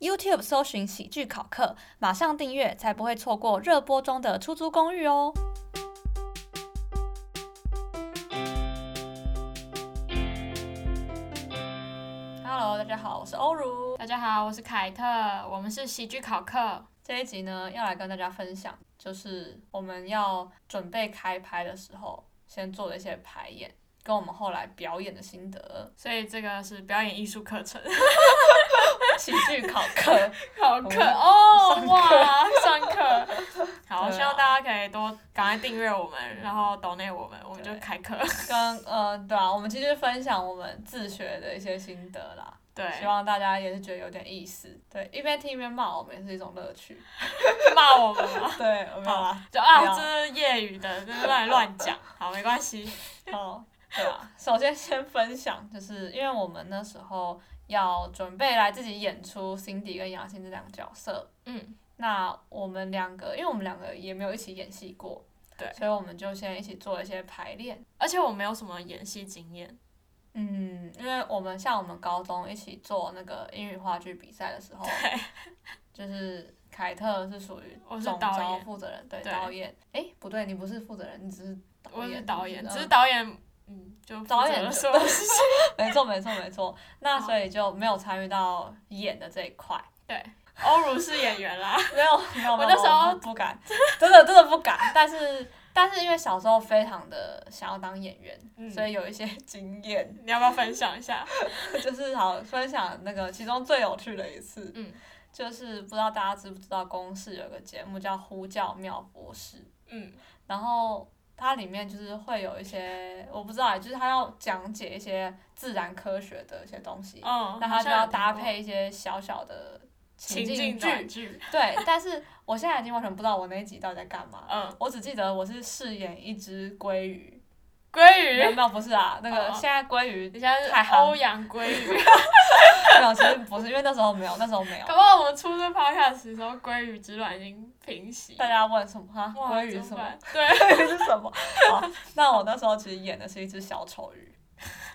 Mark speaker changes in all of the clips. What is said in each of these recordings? Speaker 1: YouTube 搜寻喜剧考课，马上订阅，才不会错过热播中的出租公寓哦。Hello，大家好，我是欧如。
Speaker 2: 大家好，我是凯特，我们是喜剧考课。
Speaker 1: 这一集呢，要来跟大家分享，就是我们要准备开拍的时候，先做的一些排演，跟我们后来表演的心得，
Speaker 2: 所以这个是表演艺术课程，
Speaker 1: 喜剧考课。
Speaker 2: 好
Speaker 1: 我
Speaker 2: 课
Speaker 1: 们
Speaker 2: 哦
Speaker 1: 上课
Speaker 2: 哇，上课。好，
Speaker 1: 对啊
Speaker 2: 希望大家可以多赶快订阅我们，然后 donate 我们，我们就
Speaker 1: 对
Speaker 2: 开课。
Speaker 1: 跟呃，对啊，我们其实分享我们自学的一些心得啦，
Speaker 2: 对，
Speaker 1: 希望大家也是觉得有点意思。对，一边听一边骂我们也是一种乐趣。
Speaker 2: 骂我们 吗？
Speaker 1: 对，我没有啦。
Speaker 2: 就
Speaker 1: 不要
Speaker 2: 啊啊，这是业余的，就是乱 乱讲。好，没关系。
Speaker 1: 哦，对啊，首先先分享，就是因为我们那时候要准备来自己演出 Cindy 跟杨欣这两个角色，
Speaker 2: 嗯，
Speaker 1: 那我们两个，因为我们两个也没有一起演戏过，
Speaker 2: 对
Speaker 1: 所以我们就先一起做了一些排练。
Speaker 2: 而且我没有什么演戏经验。
Speaker 1: 嗯，因为我们像我们高中一起做那个英语话剧比赛的时候，
Speaker 2: 对，
Speaker 1: 就是凯特哦是属于
Speaker 2: 我是
Speaker 1: 总
Speaker 2: 导
Speaker 1: 招
Speaker 2: 演
Speaker 1: 负责人，对
Speaker 2: 对
Speaker 1: 导演。哎，不对，你不是负责人，你只是
Speaker 2: 我
Speaker 1: 导
Speaker 2: 是
Speaker 1: 演。
Speaker 2: 导演，
Speaker 1: 嗯
Speaker 2: 只是导演，嗯，就负责
Speaker 1: 导演
Speaker 2: 了
Speaker 1: 就
Speaker 2: 所有事情。
Speaker 1: 没错，没错，没错。那
Speaker 2: 好
Speaker 1: 所以就没有参与到演的这一块，
Speaker 2: 对，欧哦如是演员啦。
Speaker 1: 没有，没有，
Speaker 2: 我
Speaker 1: 没有
Speaker 2: 那时候
Speaker 1: 不不敢，真的真的不敢。但是但是因为小时候非常的想要当演员，
Speaker 2: 嗯
Speaker 1: 所以有 一些经验，
Speaker 2: 你要不要分享一下？
Speaker 1: 就是好分享那个其中最有趣的一次，
Speaker 2: 嗯
Speaker 1: 就是不知道大家知不知道公视有个节目叫《呼叫妙博士》。
Speaker 2: 嗯，
Speaker 1: 然后它里面就是会有一些我不知道欸，就是它要讲解一些自然科学的一些东西，
Speaker 2: 哦，
Speaker 1: 那它就要搭配一些小小的
Speaker 2: 情
Speaker 1: 情
Speaker 2: 境
Speaker 1: 境
Speaker 2: 转
Speaker 1: 剧。
Speaker 2: 剧，
Speaker 1: 对，但是我现在已经完全不知道我那一集到底在干嘛。
Speaker 2: 嗯，
Speaker 1: 我只记得我是饰演一只鲑鱼，没有
Speaker 2: 鲑鱼，
Speaker 1: 没有不是啊，那个
Speaker 2: 哦
Speaker 1: 现在鲑鱼
Speaker 2: 你现在
Speaker 1: 太
Speaker 2: 是
Speaker 1: 夯
Speaker 2: 欧阳鲑鱼，
Speaker 1: 没有，其实不是，因为那时候没 有，那时候没有
Speaker 2: 搞。不好我们出这 podcast 的时候，鲑鱼之乱已经平息。
Speaker 1: 大家问什么哈？
Speaker 2: 哇
Speaker 1: 啊鲑鱼
Speaker 2: 怎
Speaker 1: 是什么
Speaker 2: 办？？对，
Speaker 1: 鲑 鱼是什么？好，那我那时候其实演的是一只小丑鱼，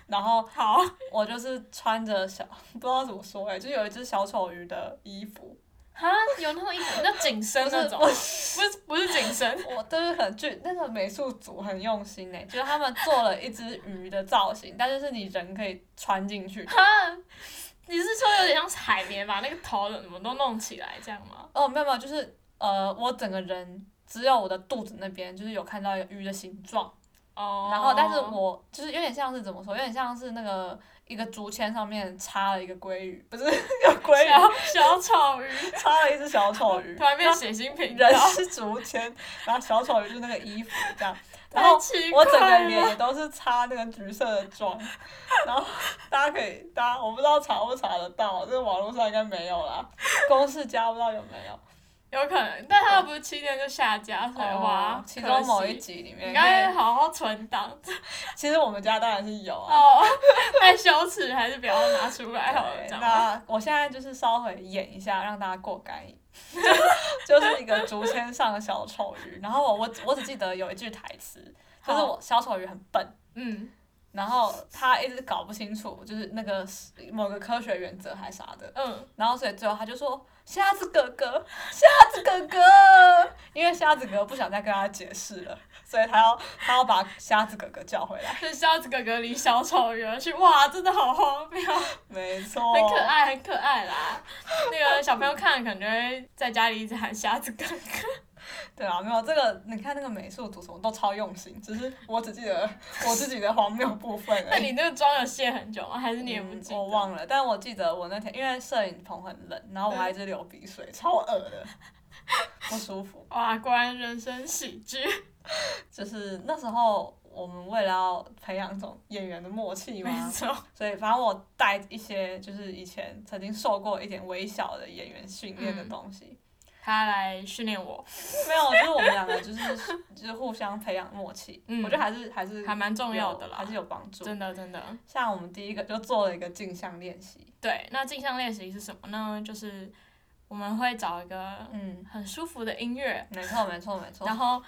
Speaker 1: 然后
Speaker 2: 好，
Speaker 1: 我就是穿着小 不知道怎么说哎、欸，就有一只小丑鱼的衣服，
Speaker 2: 哈，有那种衣服，那紧身
Speaker 1: 不
Speaker 2: 那
Speaker 1: 是
Speaker 2: 种，啊
Speaker 1: 不
Speaker 2: 不是不是 紧身，
Speaker 1: 我就是很剧那个美术组很用心哎、就是他们做了一只鱼的造型，但是是你人可以穿进去的。
Speaker 2: 哈，你是说有点像海绵把那个头怎么都弄起来这样吗？
Speaker 1: 哦，没有没有，就是呃，我整个人只有我的肚子那边就是有看到鱼的形状，
Speaker 2: 哦，
Speaker 1: 然后但是我就是有点像是怎么说，有点像是那个一个竹签上面插了一个鲑鱼，不是 有鲑 鱼
Speaker 2: 小小丑鱼
Speaker 1: 插了一只小丑鱼
Speaker 2: 突，然变血腥频道
Speaker 1: 人，是竹签，然后小丑鱼就是那个衣服这 样，然
Speaker 2: 太
Speaker 1: 后
Speaker 2: 奇
Speaker 1: 我整
Speaker 2: 怪啊哦
Speaker 1: 个
Speaker 2: 了
Speaker 1: 脸也都是擦那个橘色的妆，然后大家可以，大家我不知道查不查得到，这个网络上应该没有啦，公式加不知道有没有。
Speaker 2: 有可能，但他不是七天就下架，所以哇，
Speaker 1: 嗯哦其
Speaker 2: 可
Speaker 1: 中某
Speaker 2: 惜
Speaker 1: 一集里面
Speaker 2: 你
Speaker 1: 可以，
Speaker 2: 应该好好存 档
Speaker 1: 其实我们家当然是有啊。
Speaker 2: 哦，太羞耻，还是不要拿出来好了，
Speaker 1: 对
Speaker 2: 这样吧。
Speaker 1: 那我现在就是稍微演一下，让大家过干瘾，就是就是一个竹签上的小丑鱼。然后我我我只记得有一句台词，就是
Speaker 2: 好
Speaker 1: 我小丑鱼很笨，
Speaker 2: 嗯，
Speaker 1: 然后他一直搞不清楚，就是那个某个科学原则还啥的，
Speaker 2: 嗯，
Speaker 1: 然后所以最后他就说瞎子哥哥，瞎子哥哥，因为瞎子哥不想再跟他解释了，所以他要他要把瞎子哥哥叫回来。
Speaker 2: 是瞎子哥哥离小丑鱼而去，哇，真的好荒谬，
Speaker 1: 哦没错，
Speaker 2: 很可。爱，很可爱啦。那个小朋友看了可能就会在家里一直喊瞎子哥哥，
Speaker 1: 对啊，没有这个，你看那个美术组什么都超用心，只是我只记得我自己的荒谬部分而已。
Speaker 2: 那你那个妆有卸很久吗？还是你也不
Speaker 1: 嗯
Speaker 2: 记得？
Speaker 1: 我忘了，但我记得我那天因为摄影棚很冷，然后我还一直流鼻 水，超恶的，不舒服。
Speaker 2: 哇，果然人生喜剧，
Speaker 1: 就是那时候我们为了要培养这种演员的默契
Speaker 2: 没
Speaker 1: 嘛，
Speaker 2: 错。
Speaker 1: 所以反正我带一些就是以前曾经受过一点微小的演员训练的东西，
Speaker 2: 他来训练我，
Speaker 1: 没有，就是我们两个就是就是互相培养默契，
Speaker 2: 嗯
Speaker 1: 我觉得还是还是
Speaker 2: 还蛮重要的
Speaker 1: 有还
Speaker 2: 啦，
Speaker 1: 是有帮助。
Speaker 2: 真的真的。
Speaker 1: 像我们第一个就做了一个镜像练习，
Speaker 2: 对，那镜像练习是什么呢？就是我们会找一个
Speaker 1: 嗯，
Speaker 2: 很舒服的音乐，
Speaker 1: 没错没错没错。
Speaker 2: 然后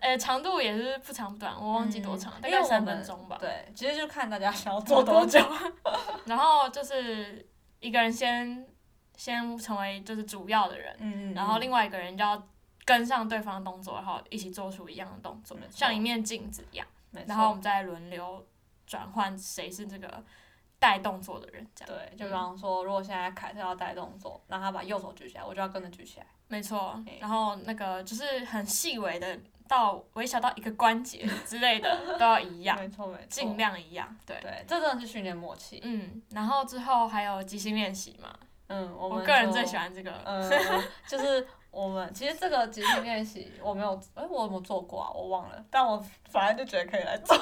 Speaker 2: 呃长度也是不长不短，我忘记多长，
Speaker 1: 嗯
Speaker 2: 大
Speaker 1: 因为
Speaker 2: 概
Speaker 1: 我
Speaker 2: 三
Speaker 1: 们
Speaker 2: 分钟吧。
Speaker 1: 对，其实就看大家想要做多久。
Speaker 2: 然后就是一个人先先成为就是主要的人，
Speaker 1: 嗯，
Speaker 2: 然后另外一个人就要跟上对方的动作，然后一起做出一样的动作
Speaker 1: 没，错
Speaker 2: 像一面镜子一样。
Speaker 1: 哦没
Speaker 2: 然后我
Speaker 1: 错，
Speaker 2: 们再轮流转换谁是这个带动作的人，这样。嗯
Speaker 1: 对，就比方说，如果现在凯特要带动作，让他把右手举起来，我就要跟着举起来。
Speaker 2: 没错
Speaker 1: 对，
Speaker 2: 然后那个就是很细微的到微小到一个关节之类的都要一样，
Speaker 1: 没错没错，
Speaker 2: 尽量一样。对，
Speaker 1: 对，这真的是训练默契。
Speaker 2: 嗯，然后之后还有即兴练习嘛，
Speaker 1: 嗯，我
Speaker 2: 我
Speaker 1: 们
Speaker 2: 个人
Speaker 1: 就
Speaker 2: 最喜欢这个，
Speaker 1: 呃，就是我们其实这个即兴练习我没有，哎、我有没有做过啊？我忘了，但我反正就觉得可以来做，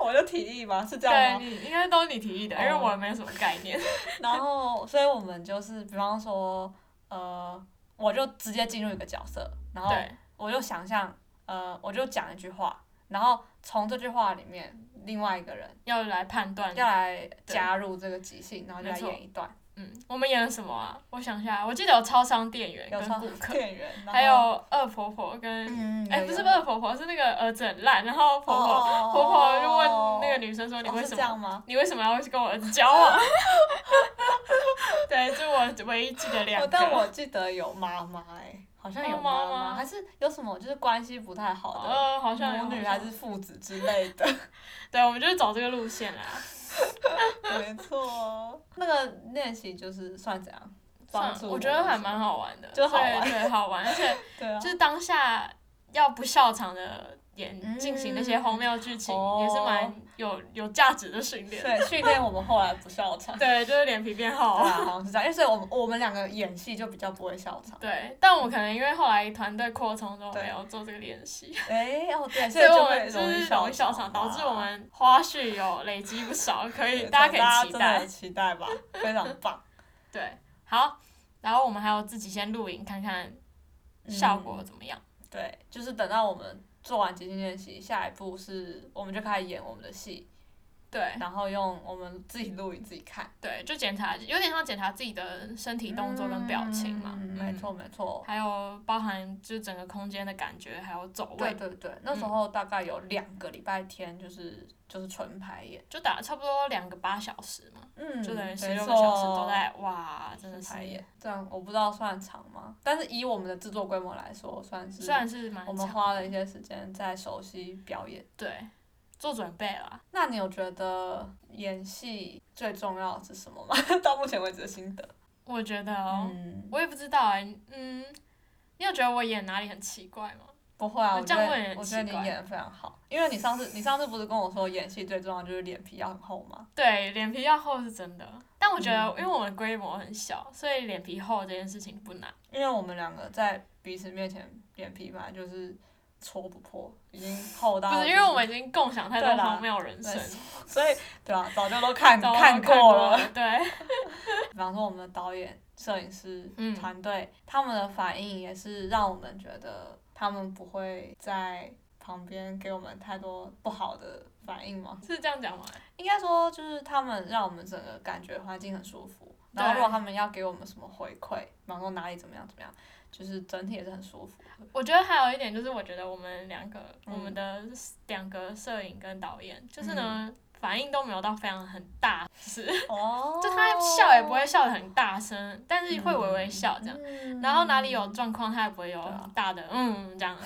Speaker 1: 我就提议嘛，是这
Speaker 2: 对
Speaker 1: 样吗？
Speaker 2: 你应该都是你提议的，因为
Speaker 1: 哦
Speaker 2: 我没有什么概念。
Speaker 1: 然后，所以我们就是，比方说，呃，我就直接进入一个角色，然后
Speaker 2: 对，
Speaker 1: 我就想象，呃，我就讲一句话，然后从这句话里面，另外一个人
Speaker 2: 要来判断。
Speaker 1: 要来加入这个即兴，然后就来
Speaker 2: 没错
Speaker 1: 演一段，
Speaker 2: 嗯，我们演了什么啊？我想一下，我记得有超商店员
Speaker 1: 有
Speaker 2: 跟
Speaker 1: 唱
Speaker 2: 顾客，
Speaker 1: 片源，然
Speaker 2: 还
Speaker 1: 后，
Speaker 2: 有二婆婆跟
Speaker 1: 嗯，
Speaker 2: 哎、
Speaker 1: 有
Speaker 2: 不是
Speaker 1: 有
Speaker 2: 不是婆婆，是那个儿子很烂，然后婆婆、
Speaker 1: 哦
Speaker 2: 婆婆就问那个女生说：“你
Speaker 1: 哦
Speaker 2: 为
Speaker 1: 是这
Speaker 2: 什么？
Speaker 1: 样吗？
Speaker 2: 你为什么要跟我儿子交往？” 对，这是我唯一记得两
Speaker 1: 我
Speaker 2: 个。
Speaker 1: 哦但我记得有妈妈哎，好像有
Speaker 2: 哦
Speaker 1: 妈
Speaker 2: 妈
Speaker 1: 妈，
Speaker 2: 妈
Speaker 1: 还是有什么就是关系不太好的
Speaker 2: 呃，好像有
Speaker 1: 母女
Speaker 2: 好
Speaker 1: 还
Speaker 2: 像
Speaker 1: 是父子之类 的，
Speaker 2: 对，我们就是走这个路线啦，啊
Speaker 1: 没错。哦那个练习就是算怎样帮助
Speaker 2: 算我觉得还
Speaker 1: 们
Speaker 2: 蛮好玩的，
Speaker 1: 就好玩
Speaker 2: 对对好玩，而且
Speaker 1: 对啊
Speaker 2: 就，是当下要不笑场的演进行那些荒谬剧情，
Speaker 1: 嗯哦
Speaker 2: 也是蛮有有价值的训练。
Speaker 1: 对训练我们后来不笑场，
Speaker 2: 对，就是脸皮变厚
Speaker 1: 对。啊，好像是这样，因为所以我们我们两个演戏就比较不会笑场。
Speaker 2: 对，但我可能因为后来团队扩充之后
Speaker 1: 对
Speaker 2: 没有做这个练习，
Speaker 1: 哎哦对，
Speaker 2: 所
Speaker 1: 以
Speaker 2: 以
Speaker 1: 就
Speaker 2: 我
Speaker 1: 会
Speaker 2: 们就是容易笑场，啊导致我们花絮有累积不少，可以
Speaker 1: 对
Speaker 2: 大家可以
Speaker 1: 真
Speaker 2: 期
Speaker 1: 的
Speaker 2: 待
Speaker 1: 有。期待吧，非常棒， 嗯
Speaker 2: 对，好，然后我们还有自己先录影看看效果怎么样。
Speaker 1: 对，就是等到我们做完即兴练习，下一步是我们就开始演我们的戏，
Speaker 2: 对
Speaker 1: 然后用我们自己录影自己看，
Speaker 2: 对，就检查，有点像检查自己的身体动作跟表情嘛。
Speaker 1: 嗯没错没
Speaker 2: 嗯。
Speaker 1: 错，
Speaker 2: 还有包含就是整个空间的感觉，还有走
Speaker 1: 对
Speaker 2: 位，嗯
Speaker 1: 对对，那时候大概有两个礼拜天，就是就是纯排演，
Speaker 2: 就打了差不多两个八小时嘛，
Speaker 1: 嗯
Speaker 2: 就等于
Speaker 1: 没
Speaker 2: 十六个
Speaker 1: 错
Speaker 2: 小时都在，哇，真的是
Speaker 1: 排演，这样我不知道算长吗？但是以我们的制作规模来说，算是
Speaker 2: 虽然是蛮
Speaker 1: 我们
Speaker 2: 长
Speaker 1: 花
Speaker 2: 的
Speaker 1: 了一些时间在熟悉表演。
Speaker 2: 对做准备啦，
Speaker 1: 那你有觉得演戏最重要的是什么吗？ 到目前为止的心得？
Speaker 2: 我觉得哦、
Speaker 1: 嗯，
Speaker 2: 我也不知道哎、嗯，你有觉得我演哪里很奇怪吗？
Speaker 1: 不会啊，
Speaker 2: 我
Speaker 1: 我
Speaker 2: 这
Speaker 1: 觉
Speaker 2: 样问
Speaker 1: 得
Speaker 2: 人
Speaker 1: 我
Speaker 2: 很
Speaker 1: 觉得
Speaker 2: 奇
Speaker 1: 你
Speaker 2: 怪
Speaker 1: 演的非常好，因为你上次你上次不是跟我说演戏最重要就是脸皮要很厚吗？
Speaker 2: 对，脸皮要厚是真的，但我觉得
Speaker 1: 嗯
Speaker 2: 因为我们规模很小，所以脸皮厚这件事情不难。
Speaker 1: 因为我们两个在彼此面前脸皮本来就是戳不破，已经厚到
Speaker 2: 不是因为我们已经共享太多
Speaker 1: 对啦
Speaker 2: 荒谬人生
Speaker 1: 对，所以对啊，早就都看
Speaker 2: 早
Speaker 1: 看
Speaker 2: 都过
Speaker 1: 了。。
Speaker 2: 对，
Speaker 1: 比方说我们的导演、摄影师
Speaker 2: 嗯
Speaker 1: 团队，他们的反应也是让我们觉得他们不会在旁边给我们太多不好的反应吗？
Speaker 2: 是这样讲吗？
Speaker 1: 应该说就是他们让我们整个感觉环境很舒服，然后
Speaker 2: 对
Speaker 1: 如果他们要给我们什么回馈，比方说哪里怎么样怎么样，就是整体也是很舒服的。
Speaker 2: 我觉得还有一点就是，我觉得我们两个，
Speaker 1: 嗯
Speaker 2: 我们的两个摄影跟导演，就是
Speaker 1: 嗯
Speaker 2: 呢。反应都没有到非常很大，就是
Speaker 1: 哦
Speaker 2: 就他笑也不会笑得很大声，但是会微微笑这样。
Speaker 1: 样
Speaker 2: 然后哪里有状况，他也不会有
Speaker 1: 嗯对啊
Speaker 2: 很大的嗯这样。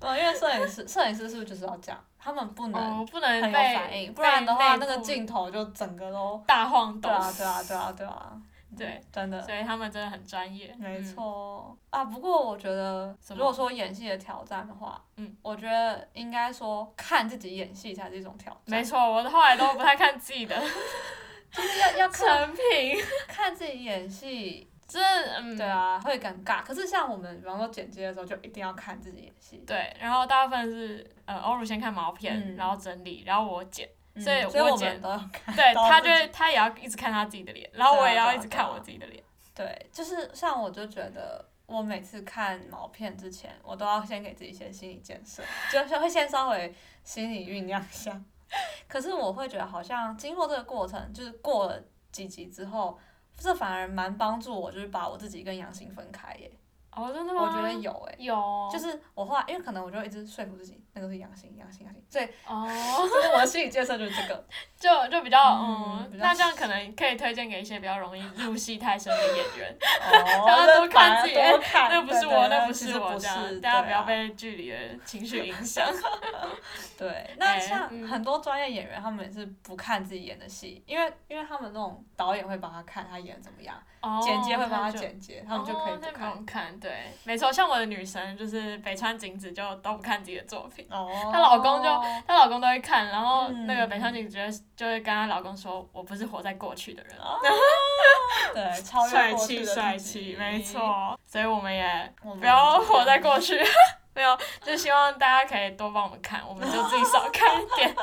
Speaker 1: 对，呃因为摄影师，摄影师是不是就是要这样？他们不能
Speaker 2: 哦，不能
Speaker 1: 很有
Speaker 2: 被
Speaker 1: 反应，不然的话，那
Speaker 2: 被
Speaker 1: 个
Speaker 2: 内裤
Speaker 1: 镜头就整个都
Speaker 2: 大晃
Speaker 1: 对
Speaker 2: 动。
Speaker 1: 啊，对啊，对啊，对啊，
Speaker 2: 对，
Speaker 1: 真的
Speaker 2: 所以他们真的很专业。
Speaker 1: 没
Speaker 2: 嗯。
Speaker 1: 错啊。不过我觉得，
Speaker 2: 什
Speaker 1: 如
Speaker 2: 么
Speaker 1: 果说演戏的挑战的话，
Speaker 2: 嗯，
Speaker 1: 我觉得应该说看自己演戏才是一种挑
Speaker 2: 没
Speaker 1: 战，
Speaker 2: 错，我后来都不太看自 己的
Speaker 1: 就是要要看
Speaker 2: 成品，
Speaker 1: 看自己演戏，
Speaker 2: 真的嗯
Speaker 1: 对啊，会尴尬。可是像我们，比方说剪接的时候，就一定要看自己演戏，
Speaker 2: 对。然后大部分是呃欧如先看毛
Speaker 1: 嗯
Speaker 2: 片，然后整理，然后我剪。
Speaker 1: 嗯
Speaker 2: 所以
Speaker 1: 所以
Speaker 2: 我
Speaker 1: 我们
Speaker 2: 剪
Speaker 1: 都要看到自己。
Speaker 2: 对他就会他也要一直看他自己的脸，然后
Speaker 1: 对啊
Speaker 2: 我也要
Speaker 1: 对啊
Speaker 2: 一
Speaker 1: 对
Speaker 2: 直看
Speaker 1: 啊
Speaker 2: 我自己的脸。
Speaker 1: 对，就是像我就觉得，我每次看毛片之前，我都要先给自己一些心理建设，就是会先稍微心理酝酿一下。 可是我会觉得，好像经过这个过程，就是过了几集之后，这反而蛮帮助我，就是把我自己跟杨欣分开耶。哦
Speaker 2: 哦，真的吗？
Speaker 1: 我觉得有诶、
Speaker 2: 有，
Speaker 1: 啊就是我后来，因为可能我就一直说服自己，那个是阳性，阳性，阳性，所以
Speaker 2: 哦，
Speaker 1: 就是我的心理建设就是这个。
Speaker 2: 就就比较
Speaker 1: 嗯
Speaker 2: 嗯，
Speaker 1: 比较
Speaker 2: 那这样可能可以推荐给一些比较容易入戏太深的演员。
Speaker 1: 哦
Speaker 2: 大家多看
Speaker 1: 那
Speaker 2: 自己
Speaker 1: 反而多看，
Speaker 2: 那不是
Speaker 1: 对对对
Speaker 2: 我，那不
Speaker 1: 其
Speaker 2: 是
Speaker 1: 实
Speaker 2: 我，
Speaker 1: 不
Speaker 2: 这样
Speaker 1: 是
Speaker 2: 大家
Speaker 1: 对
Speaker 2: 不要
Speaker 1: 啊
Speaker 2: 被剧里的情绪影 响。
Speaker 1: 对，那
Speaker 2: 哎
Speaker 1: 像
Speaker 2: 嗯
Speaker 1: 很多专业演员，他们也是不看自己演的戏，因为因为他们那种导演会帮他看他演得怎么样，
Speaker 2: 哦
Speaker 1: 剪接会帮
Speaker 2: 那
Speaker 1: 他
Speaker 2: 就
Speaker 1: 剪接，他们就可以
Speaker 2: 哦那
Speaker 1: 不
Speaker 2: 不
Speaker 1: 看。
Speaker 2: 用看，对，没错。像我的女神就是北川景子，就都不看自己的作品。
Speaker 1: 哦，
Speaker 2: 她老公就她老公都会看，然后
Speaker 1: 嗯
Speaker 2: 那个北川景子就会就会跟她老公说：“我不是活在过去的人。”
Speaker 1: 对超越
Speaker 2: 哦帅
Speaker 1: 过去
Speaker 2: 气
Speaker 1: 的自
Speaker 2: 帅
Speaker 1: 己
Speaker 2: 气，没。错。所以我们也
Speaker 1: 我们
Speaker 2: 不要
Speaker 1: 就
Speaker 2: 活在过去， 没有，就希望大家可以多帮我们看，我们就自己少看一点。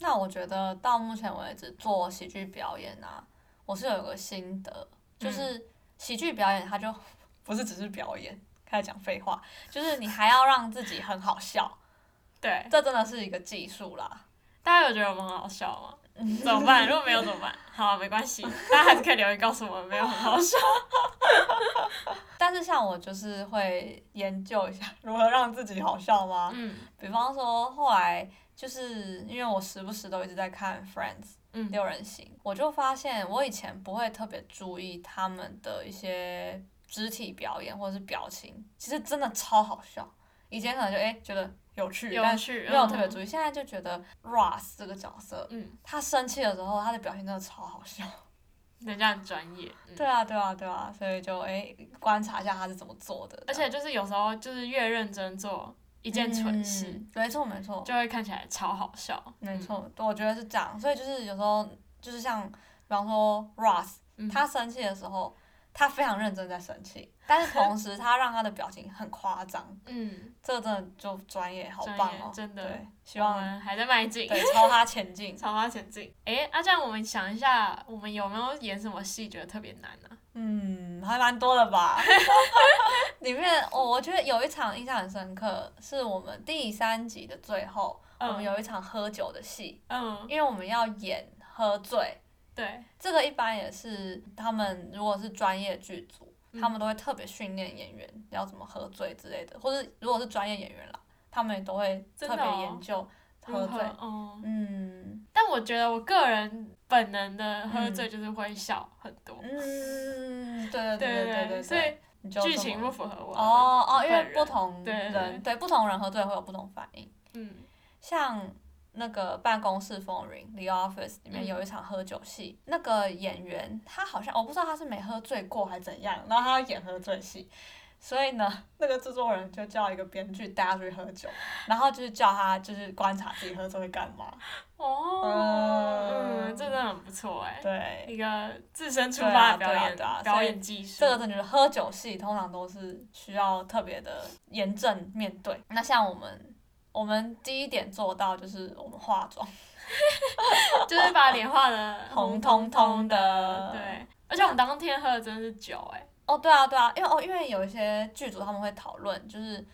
Speaker 1: 那我觉得到目前为止做喜剧表演啊，我是有一个心得，
Speaker 2: 嗯
Speaker 1: 就是喜剧表演它就不是只是表演，开始讲废话，就是你还要让自己很好笑，
Speaker 2: 对，
Speaker 1: 这真的是一个技术啦。
Speaker 2: 大家有觉得我们很好笑吗？
Speaker 1: 嗯
Speaker 2: 怎么办？如果没有怎么办？好，没关系，大家还是可以留言告诉我们没有很好笑。
Speaker 1: 但是像我就是会研究一下如何让自己好笑吗？
Speaker 2: 嗯
Speaker 1: 比方说后来就是因为我时不时都一直在看 Friends
Speaker 2: 嗯
Speaker 1: 六人行，我就发现我以前不会特别注意他们的一些肢体表演或者是表情，其实真的超好笑。以前可能就哎、觉得有趣，
Speaker 2: 有
Speaker 1: 但是
Speaker 2: 趣，
Speaker 1: 没有特别
Speaker 2: 嗯
Speaker 1: 注意，现在就觉得 Ross 这个角色，
Speaker 2: 嗯，
Speaker 1: 他生气的时候他的表情真的超好笑。
Speaker 2: 人家很专业，嗯
Speaker 1: 对。啊，对啊，对啊，所以就哎、观察一下他是怎么做的，
Speaker 2: 而且就是有时候就是越认真做一件蠢事，
Speaker 1: 嗯没错没错
Speaker 2: 就会嗯看起来超好笑。
Speaker 1: 没错，我觉得是这样。所以就是有时候就是像，比方说 Ross，、
Speaker 2: 嗯
Speaker 1: 他生气的时候，他非常认真在生气，但是同时他让他的表情很夸张，
Speaker 2: 嗯，
Speaker 1: 这真的就专业，好
Speaker 2: 专
Speaker 1: 棒
Speaker 2: 业
Speaker 1: 哦！
Speaker 2: 真的
Speaker 1: 对，希
Speaker 2: 我
Speaker 1: 望
Speaker 2: 们还在迈进。
Speaker 1: 对朝他前进。
Speaker 2: 朝花前进。诶，啊，这样我们想一下，我们有没有演什么戏觉得特别难呢、啊
Speaker 1: 嗯，还蛮多的吧。 里面哦我、我觉得有一场印象很深刻，是我们第三集的最后，我们
Speaker 2: 嗯
Speaker 1: 有一场喝酒的戏，
Speaker 2: 嗯，
Speaker 1: 因为我们要演喝醉。
Speaker 2: 对，
Speaker 1: 这个一般也是他们如果是专业剧组，
Speaker 2: 嗯
Speaker 1: 他们都会特别训练演员要怎么喝醉之类的，或者如果是专业演员啦，他们也都会
Speaker 2: 真
Speaker 1: 特
Speaker 2: 的
Speaker 1: 别
Speaker 2: 哦
Speaker 1: 研究喝
Speaker 2: 如何
Speaker 1: 醉。
Speaker 2: 嗯，
Speaker 1: 嗯
Speaker 2: 但我觉得我个人本能的喝醉就是会笑很多。
Speaker 1: 嗯，对对对
Speaker 2: 对
Speaker 1: 对对，
Speaker 2: 所以
Speaker 1: 你就
Speaker 2: 剧
Speaker 1: 这
Speaker 2: 情
Speaker 1: 么
Speaker 2: 不符合我。，
Speaker 1: 哦哦，因
Speaker 2: 本
Speaker 1: 为
Speaker 2: 人
Speaker 1: 不同
Speaker 2: 对对
Speaker 1: 人
Speaker 2: 对
Speaker 1: 对不同人喝醉会有不同反应，
Speaker 2: 嗯
Speaker 1: 像。那个办公室风云《The Office》里面
Speaker 2: 嗯
Speaker 1: 有一场喝酒戏，那个演员他好像我不知道他是没喝醉过还怎样，然后他要演喝醉戏，所以呢， 那个制作人就叫一个编剧带他出去喝酒，然后就是叫他就是观察自己喝醉会干嘛，
Speaker 2: 哦，
Speaker 1: 嗯
Speaker 2: 嗯，这真的很不错哎、
Speaker 1: 对，
Speaker 2: 一个自身出发的
Speaker 1: 对
Speaker 2: 表
Speaker 1: 啊
Speaker 2: 演，
Speaker 1: 对啊对啊
Speaker 2: 表
Speaker 1: 所以
Speaker 2: 演技术。
Speaker 1: 这个真的就是喝酒戏，通常都是需要特别的严正面对。那像我们，我们第一点做到就是我们化妆，
Speaker 2: 就是把脸画的
Speaker 1: 红
Speaker 2: 彤
Speaker 1: 彤
Speaker 2: 彤
Speaker 1: 彤
Speaker 2: 的
Speaker 1: 的
Speaker 2: 对。而且我们当天喝的真的是酒、哎，
Speaker 1: 哦，对啊，对啊，因为哦，因为有一些剧组他们会讨论，就是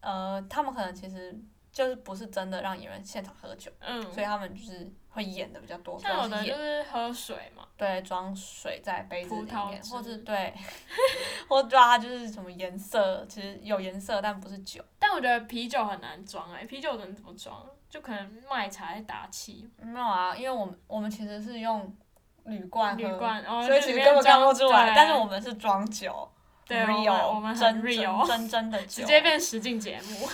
Speaker 1: 呃，他们可能其实就是不是真的让演员现场喝酒，
Speaker 2: 嗯，
Speaker 1: 所以他们就是会演的比较多，主
Speaker 2: 像
Speaker 1: 要
Speaker 2: 有的
Speaker 1: 是
Speaker 2: 就
Speaker 1: 演
Speaker 2: 是喝水嘛，
Speaker 1: 对装水在杯子
Speaker 2: 葡
Speaker 1: 里
Speaker 2: 萄
Speaker 1: 面，或
Speaker 2: 汁
Speaker 1: 是对， 或者它就是什么颜色，其实有颜色但不是酒，
Speaker 2: 但我觉得啤酒很难装，哎，啤酒能怎么装？就可能麦茶在打气，
Speaker 1: 没有啊，因为我们我们其实是用铝罐
Speaker 2: 铝
Speaker 1: 喝。
Speaker 2: 罐，哦，
Speaker 1: 所以
Speaker 2: 就
Speaker 1: 其实
Speaker 2: 里面
Speaker 1: 根本看
Speaker 2: 装
Speaker 1: 不出来，
Speaker 2: 对
Speaker 1: 但是我们是装酒
Speaker 2: 对我们
Speaker 1: ，real，
Speaker 2: 我们很
Speaker 1: 真
Speaker 2: real，
Speaker 1: 真真真的酒，
Speaker 2: 直接变实境节目，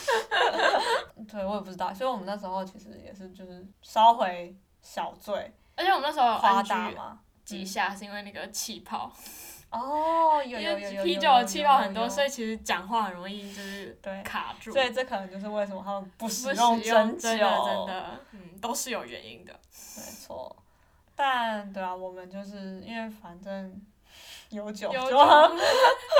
Speaker 1: 对，我也不知道，所以我们那时候其实也是就是稍微小醉
Speaker 2: 而且我们那时候有
Speaker 1: 夸大
Speaker 2: NG
Speaker 1: 嘛。
Speaker 2: 几下，是因为那个气泡，
Speaker 1: 哦，有
Speaker 2: 因
Speaker 1: 有有有有
Speaker 2: 为
Speaker 1: 有
Speaker 2: 啤酒的气泡很多，所
Speaker 1: 以
Speaker 2: 以其实讲话很容易就是
Speaker 1: 对，
Speaker 2: 卡住，
Speaker 1: 所以这可能就是为什么他们不
Speaker 2: 不
Speaker 1: 使
Speaker 2: 使用
Speaker 1: 用
Speaker 2: 真
Speaker 1: 真
Speaker 2: 的真
Speaker 1: 酒，
Speaker 2: 的，嗯，都是有原因的。
Speaker 1: 没错。但对啊，我们就是因为反正有酒
Speaker 2: 有
Speaker 1: 就喝，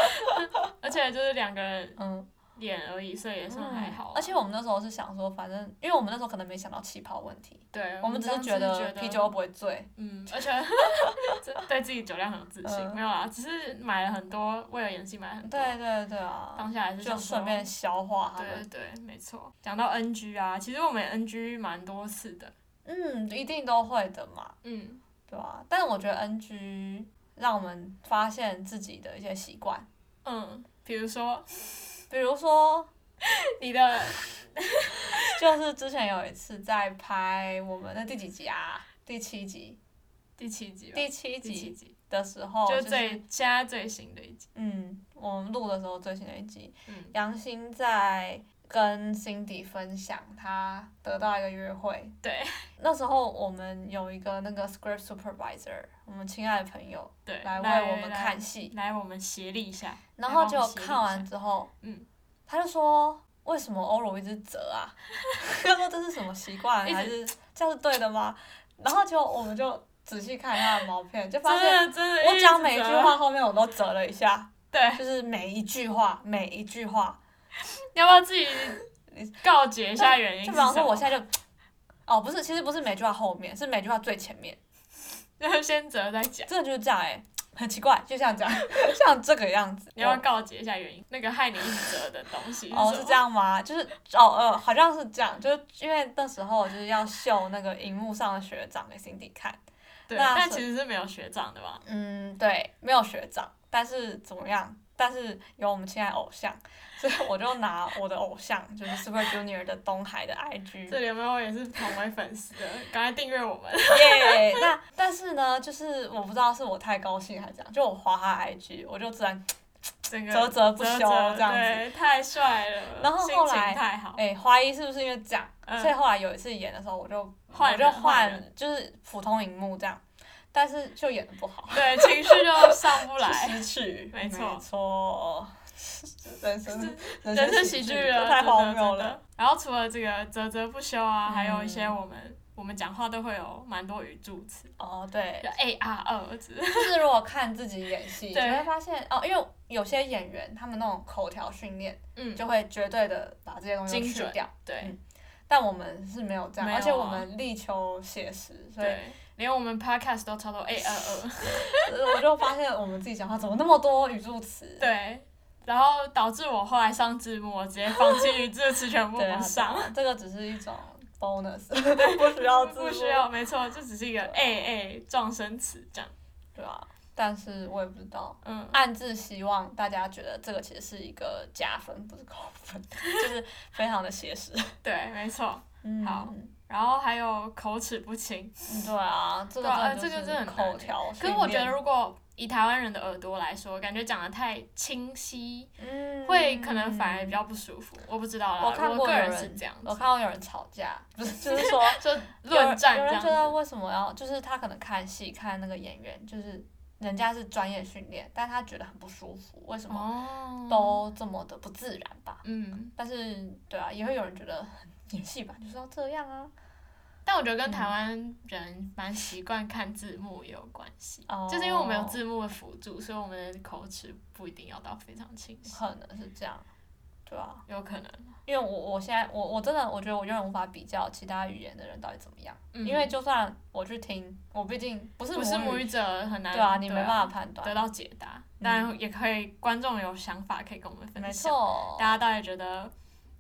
Speaker 2: 而且就是两个人
Speaker 1: 嗯，
Speaker 2: 脸而已，所 以也算还好啊、
Speaker 1: 而且我们那时候是想说，反正因为我们那时候可能没想到气泡问题，
Speaker 2: 对，
Speaker 1: 我们只是
Speaker 2: 当时
Speaker 1: 觉
Speaker 2: 得
Speaker 1: 得啤酒，又不会醉，
Speaker 2: 嗯，而且 这对自己酒量很有自信，
Speaker 1: 嗯
Speaker 2: 没有啊啦，只是买了很多，为了演戏买了很多。
Speaker 1: 对对对啊，
Speaker 2: 当下还是
Speaker 1: 就
Speaker 2: 想说
Speaker 1: 顺便。消化他
Speaker 2: 啊对
Speaker 1: 们。
Speaker 2: 对对，没错。讲到 NG 啊，其实我们 NG 蛮多次的，
Speaker 1: 嗯，一定都会的嘛。
Speaker 2: 嗯，
Speaker 1: 对啊，但我觉得 NG 让我们发现自己的一些习惯，
Speaker 2: 嗯，比如说
Speaker 1: 比如说，
Speaker 2: 你 的
Speaker 1: 就是之前有一次在拍我们的第几集啊？第七集，
Speaker 2: 第七集吧，
Speaker 1: 第七
Speaker 2: 第七
Speaker 1: 集哦
Speaker 2: 集，
Speaker 1: 的时候，
Speaker 2: 就是最现在最新的一集。
Speaker 1: 嗯，我们录的时候最新的一集，
Speaker 2: 嗯
Speaker 1: 杨欣在跟 Cindy 分享她得到一个约会。
Speaker 2: 对，
Speaker 1: 那时候我们有一个那个 script supervisor，我们亲爱的朋友
Speaker 2: 对，
Speaker 1: 来为
Speaker 2: 来
Speaker 1: 我们看戏，
Speaker 2: 来我们协力一下。
Speaker 1: 然
Speaker 2: 帮
Speaker 1: 后
Speaker 2: 我
Speaker 1: 结果
Speaker 2: 们协力
Speaker 1: 看
Speaker 2: 一
Speaker 1: 完
Speaker 2: 下
Speaker 1: 之后，
Speaker 2: 嗯，
Speaker 1: 他就说为什么欧罗一直折啊？ 他说这是什么习惯
Speaker 2: 一直
Speaker 1: 还是这样是对的吗？然后结果我们就仔细看他的毛片，就 发现
Speaker 2: 真的真的，
Speaker 1: 我
Speaker 2: 一
Speaker 1: 讲
Speaker 2: 直
Speaker 1: 每一句
Speaker 2: 折啊
Speaker 1: 话后面我都折了一下，
Speaker 2: 对，
Speaker 1: 就是每一句话每一句话，
Speaker 2: 你要不要 自己告解一下原因
Speaker 1: 就是比
Speaker 2: 什
Speaker 1: 方说我
Speaker 2: 么？
Speaker 1: 现在就，哦不是，其实不是每句话后面，是每句话最前面，
Speaker 2: 然后先折再讲。
Speaker 1: 真的就是这样哎、很奇怪，就像这样， 像这个样子。
Speaker 2: 你要不要告解一下原因？那个害你一直折的 东西
Speaker 1: 哦，
Speaker 2: 什
Speaker 1: 是
Speaker 2: 么
Speaker 1: 这。样吗？就是哦呃，好像是这样，就是因为那时候就是要秀那个荧幕上的学长给 Cindy 看，
Speaker 2: 对，
Speaker 1: 那
Speaker 2: 但
Speaker 1: 是
Speaker 2: 其实是没有学长的吧？
Speaker 1: 嗯，对，没有学长，但是怎么样？但是有我们亲爱的偶像，所以我就拿我的偶像就是 Super Junior 的东海的 IG，
Speaker 2: 这里有没有也是同为粉丝的？赶快订阅我 们。
Speaker 1: 耶那但是呢，就是我不知道是我太高兴还是怎样，就我滑他 IG，我就自然
Speaker 2: 整个
Speaker 1: 啧啧不
Speaker 2: 啧
Speaker 1: 休
Speaker 2: 啧
Speaker 1: 这样子。
Speaker 2: 对，太帅了。
Speaker 1: 然后
Speaker 2: 心
Speaker 1: 后
Speaker 2: 情
Speaker 1: 来
Speaker 2: 太好，
Speaker 1: 哎、怀疑是不是因为这样？
Speaker 2: 嗯
Speaker 1: 所以后来有一次演的时候，我就
Speaker 2: 换
Speaker 1: 我就
Speaker 2: 人换
Speaker 1: 换就是普通荧幕这样，但是就演的不好，
Speaker 2: 对，情绪 就上不来。
Speaker 1: 是失去，
Speaker 2: 没错
Speaker 1: 没错， 人生
Speaker 2: 人生
Speaker 1: 生
Speaker 2: 喜剧
Speaker 1: 剧
Speaker 2: 了，
Speaker 1: 这太
Speaker 2: 真的
Speaker 1: 荒谬。了
Speaker 2: 真的。然后除了这个啧啧不休啊，
Speaker 1: 嗯
Speaker 2: 还有一些我们我们讲话都会有蛮多语助词，
Speaker 1: 哦，对，
Speaker 2: 就 A R 二 字。
Speaker 1: 就是如果看自己演戏，你
Speaker 2: 对
Speaker 1: 会发现哦，因为有些演员他们那种口条训练，
Speaker 2: 嗯，
Speaker 1: 就会绝对的把这些东西都
Speaker 2: 精
Speaker 1: 去
Speaker 2: 准
Speaker 1: 掉，
Speaker 2: 对
Speaker 1: 但我们是没有这样，
Speaker 2: 没有啊
Speaker 1: 而且我们力求写实，所以
Speaker 2: 对，连我们 podcast 都超多 A 二二。
Speaker 1: 呃我就发现我们自己讲话怎么那么多语助词，
Speaker 2: 对，然后导致我后来上字幕，我直接放弃语助词全部
Speaker 1: 对啊，
Speaker 2: 不上
Speaker 1: 对。啊这个只是一种 bonus，不需要 字幕
Speaker 2: 不需要，没错，这只是一个 A A 撞声词这样。
Speaker 1: 对啊，但是我也不知道，
Speaker 2: 嗯，
Speaker 1: 暗自希望大家觉得这个其实是一个加分，不是扣分， 就是非常的写实。
Speaker 2: 对，没错。
Speaker 1: 嗯
Speaker 2: 好然后还有口齿不清，
Speaker 1: 嗯对啊，这个
Speaker 2: 对啊
Speaker 1: 真的
Speaker 2: 这个
Speaker 1: 就
Speaker 2: 真的
Speaker 1: 是
Speaker 2: 很难
Speaker 1: 口条训练。
Speaker 2: 可是我觉得如果以台湾人的耳朵来说，感觉讲的太清晰，
Speaker 1: 嗯
Speaker 2: 会可能反而比。较不舒服。我不知道啦，
Speaker 1: 我看过
Speaker 2: 个
Speaker 1: 有
Speaker 2: 人
Speaker 1: 人
Speaker 2: 是这样
Speaker 1: 我
Speaker 2: 子，
Speaker 1: 看到有人吵架，不 是就是说
Speaker 2: 就
Speaker 1: 有人
Speaker 2: 嗯论战
Speaker 1: 有
Speaker 2: 这
Speaker 1: 人
Speaker 2: 样
Speaker 1: 觉得
Speaker 2: 子。
Speaker 1: 为什么要，就是他可能看戏看那个演员，就是人家是专业训练，但他觉得很不舒服，为什么
Speaker 2: 哦，
Speaker 1: 都这么的不自然吧？
Speaker 2: 嗯，
Speaker 1: 但是对啊，也会有人觉得演戏吧就是要这样啊，
Speaker 2: 但我觉得跟台湾人蛮习惯看字幕也有关系，
Speaker 1: 哦
Speaker 2: 就是因为我们有字幕的辅助，所以我们的口齿不一定要到非常清晰，
Speaker 1: 可能是这样，对啊，
Speaker 2: 有可能。
Speaker 1: 因为我我现在我我真的我觉得我永远无法比较其他语言的人到底怎么样，
Speaker 2: 嗯
Speaker 1: 因为就算我去听，我毕竟不是
Speaker 2: 不是母
Speaker 1: 语，
Speaker 2: 语者很难
Speaker 1: 对啊，你没办法判
Speaker 2: 得
Speaker 1: 断，
Speaker 2: 到解答，当然也可以，观众有想法可以跟我们
Speaker 1: 嗯
Speaker 2: 分
Speaker 1: 没
Speaker 2: 享。
Speaker 1: 错
Speaker 2: 大，家到底觉得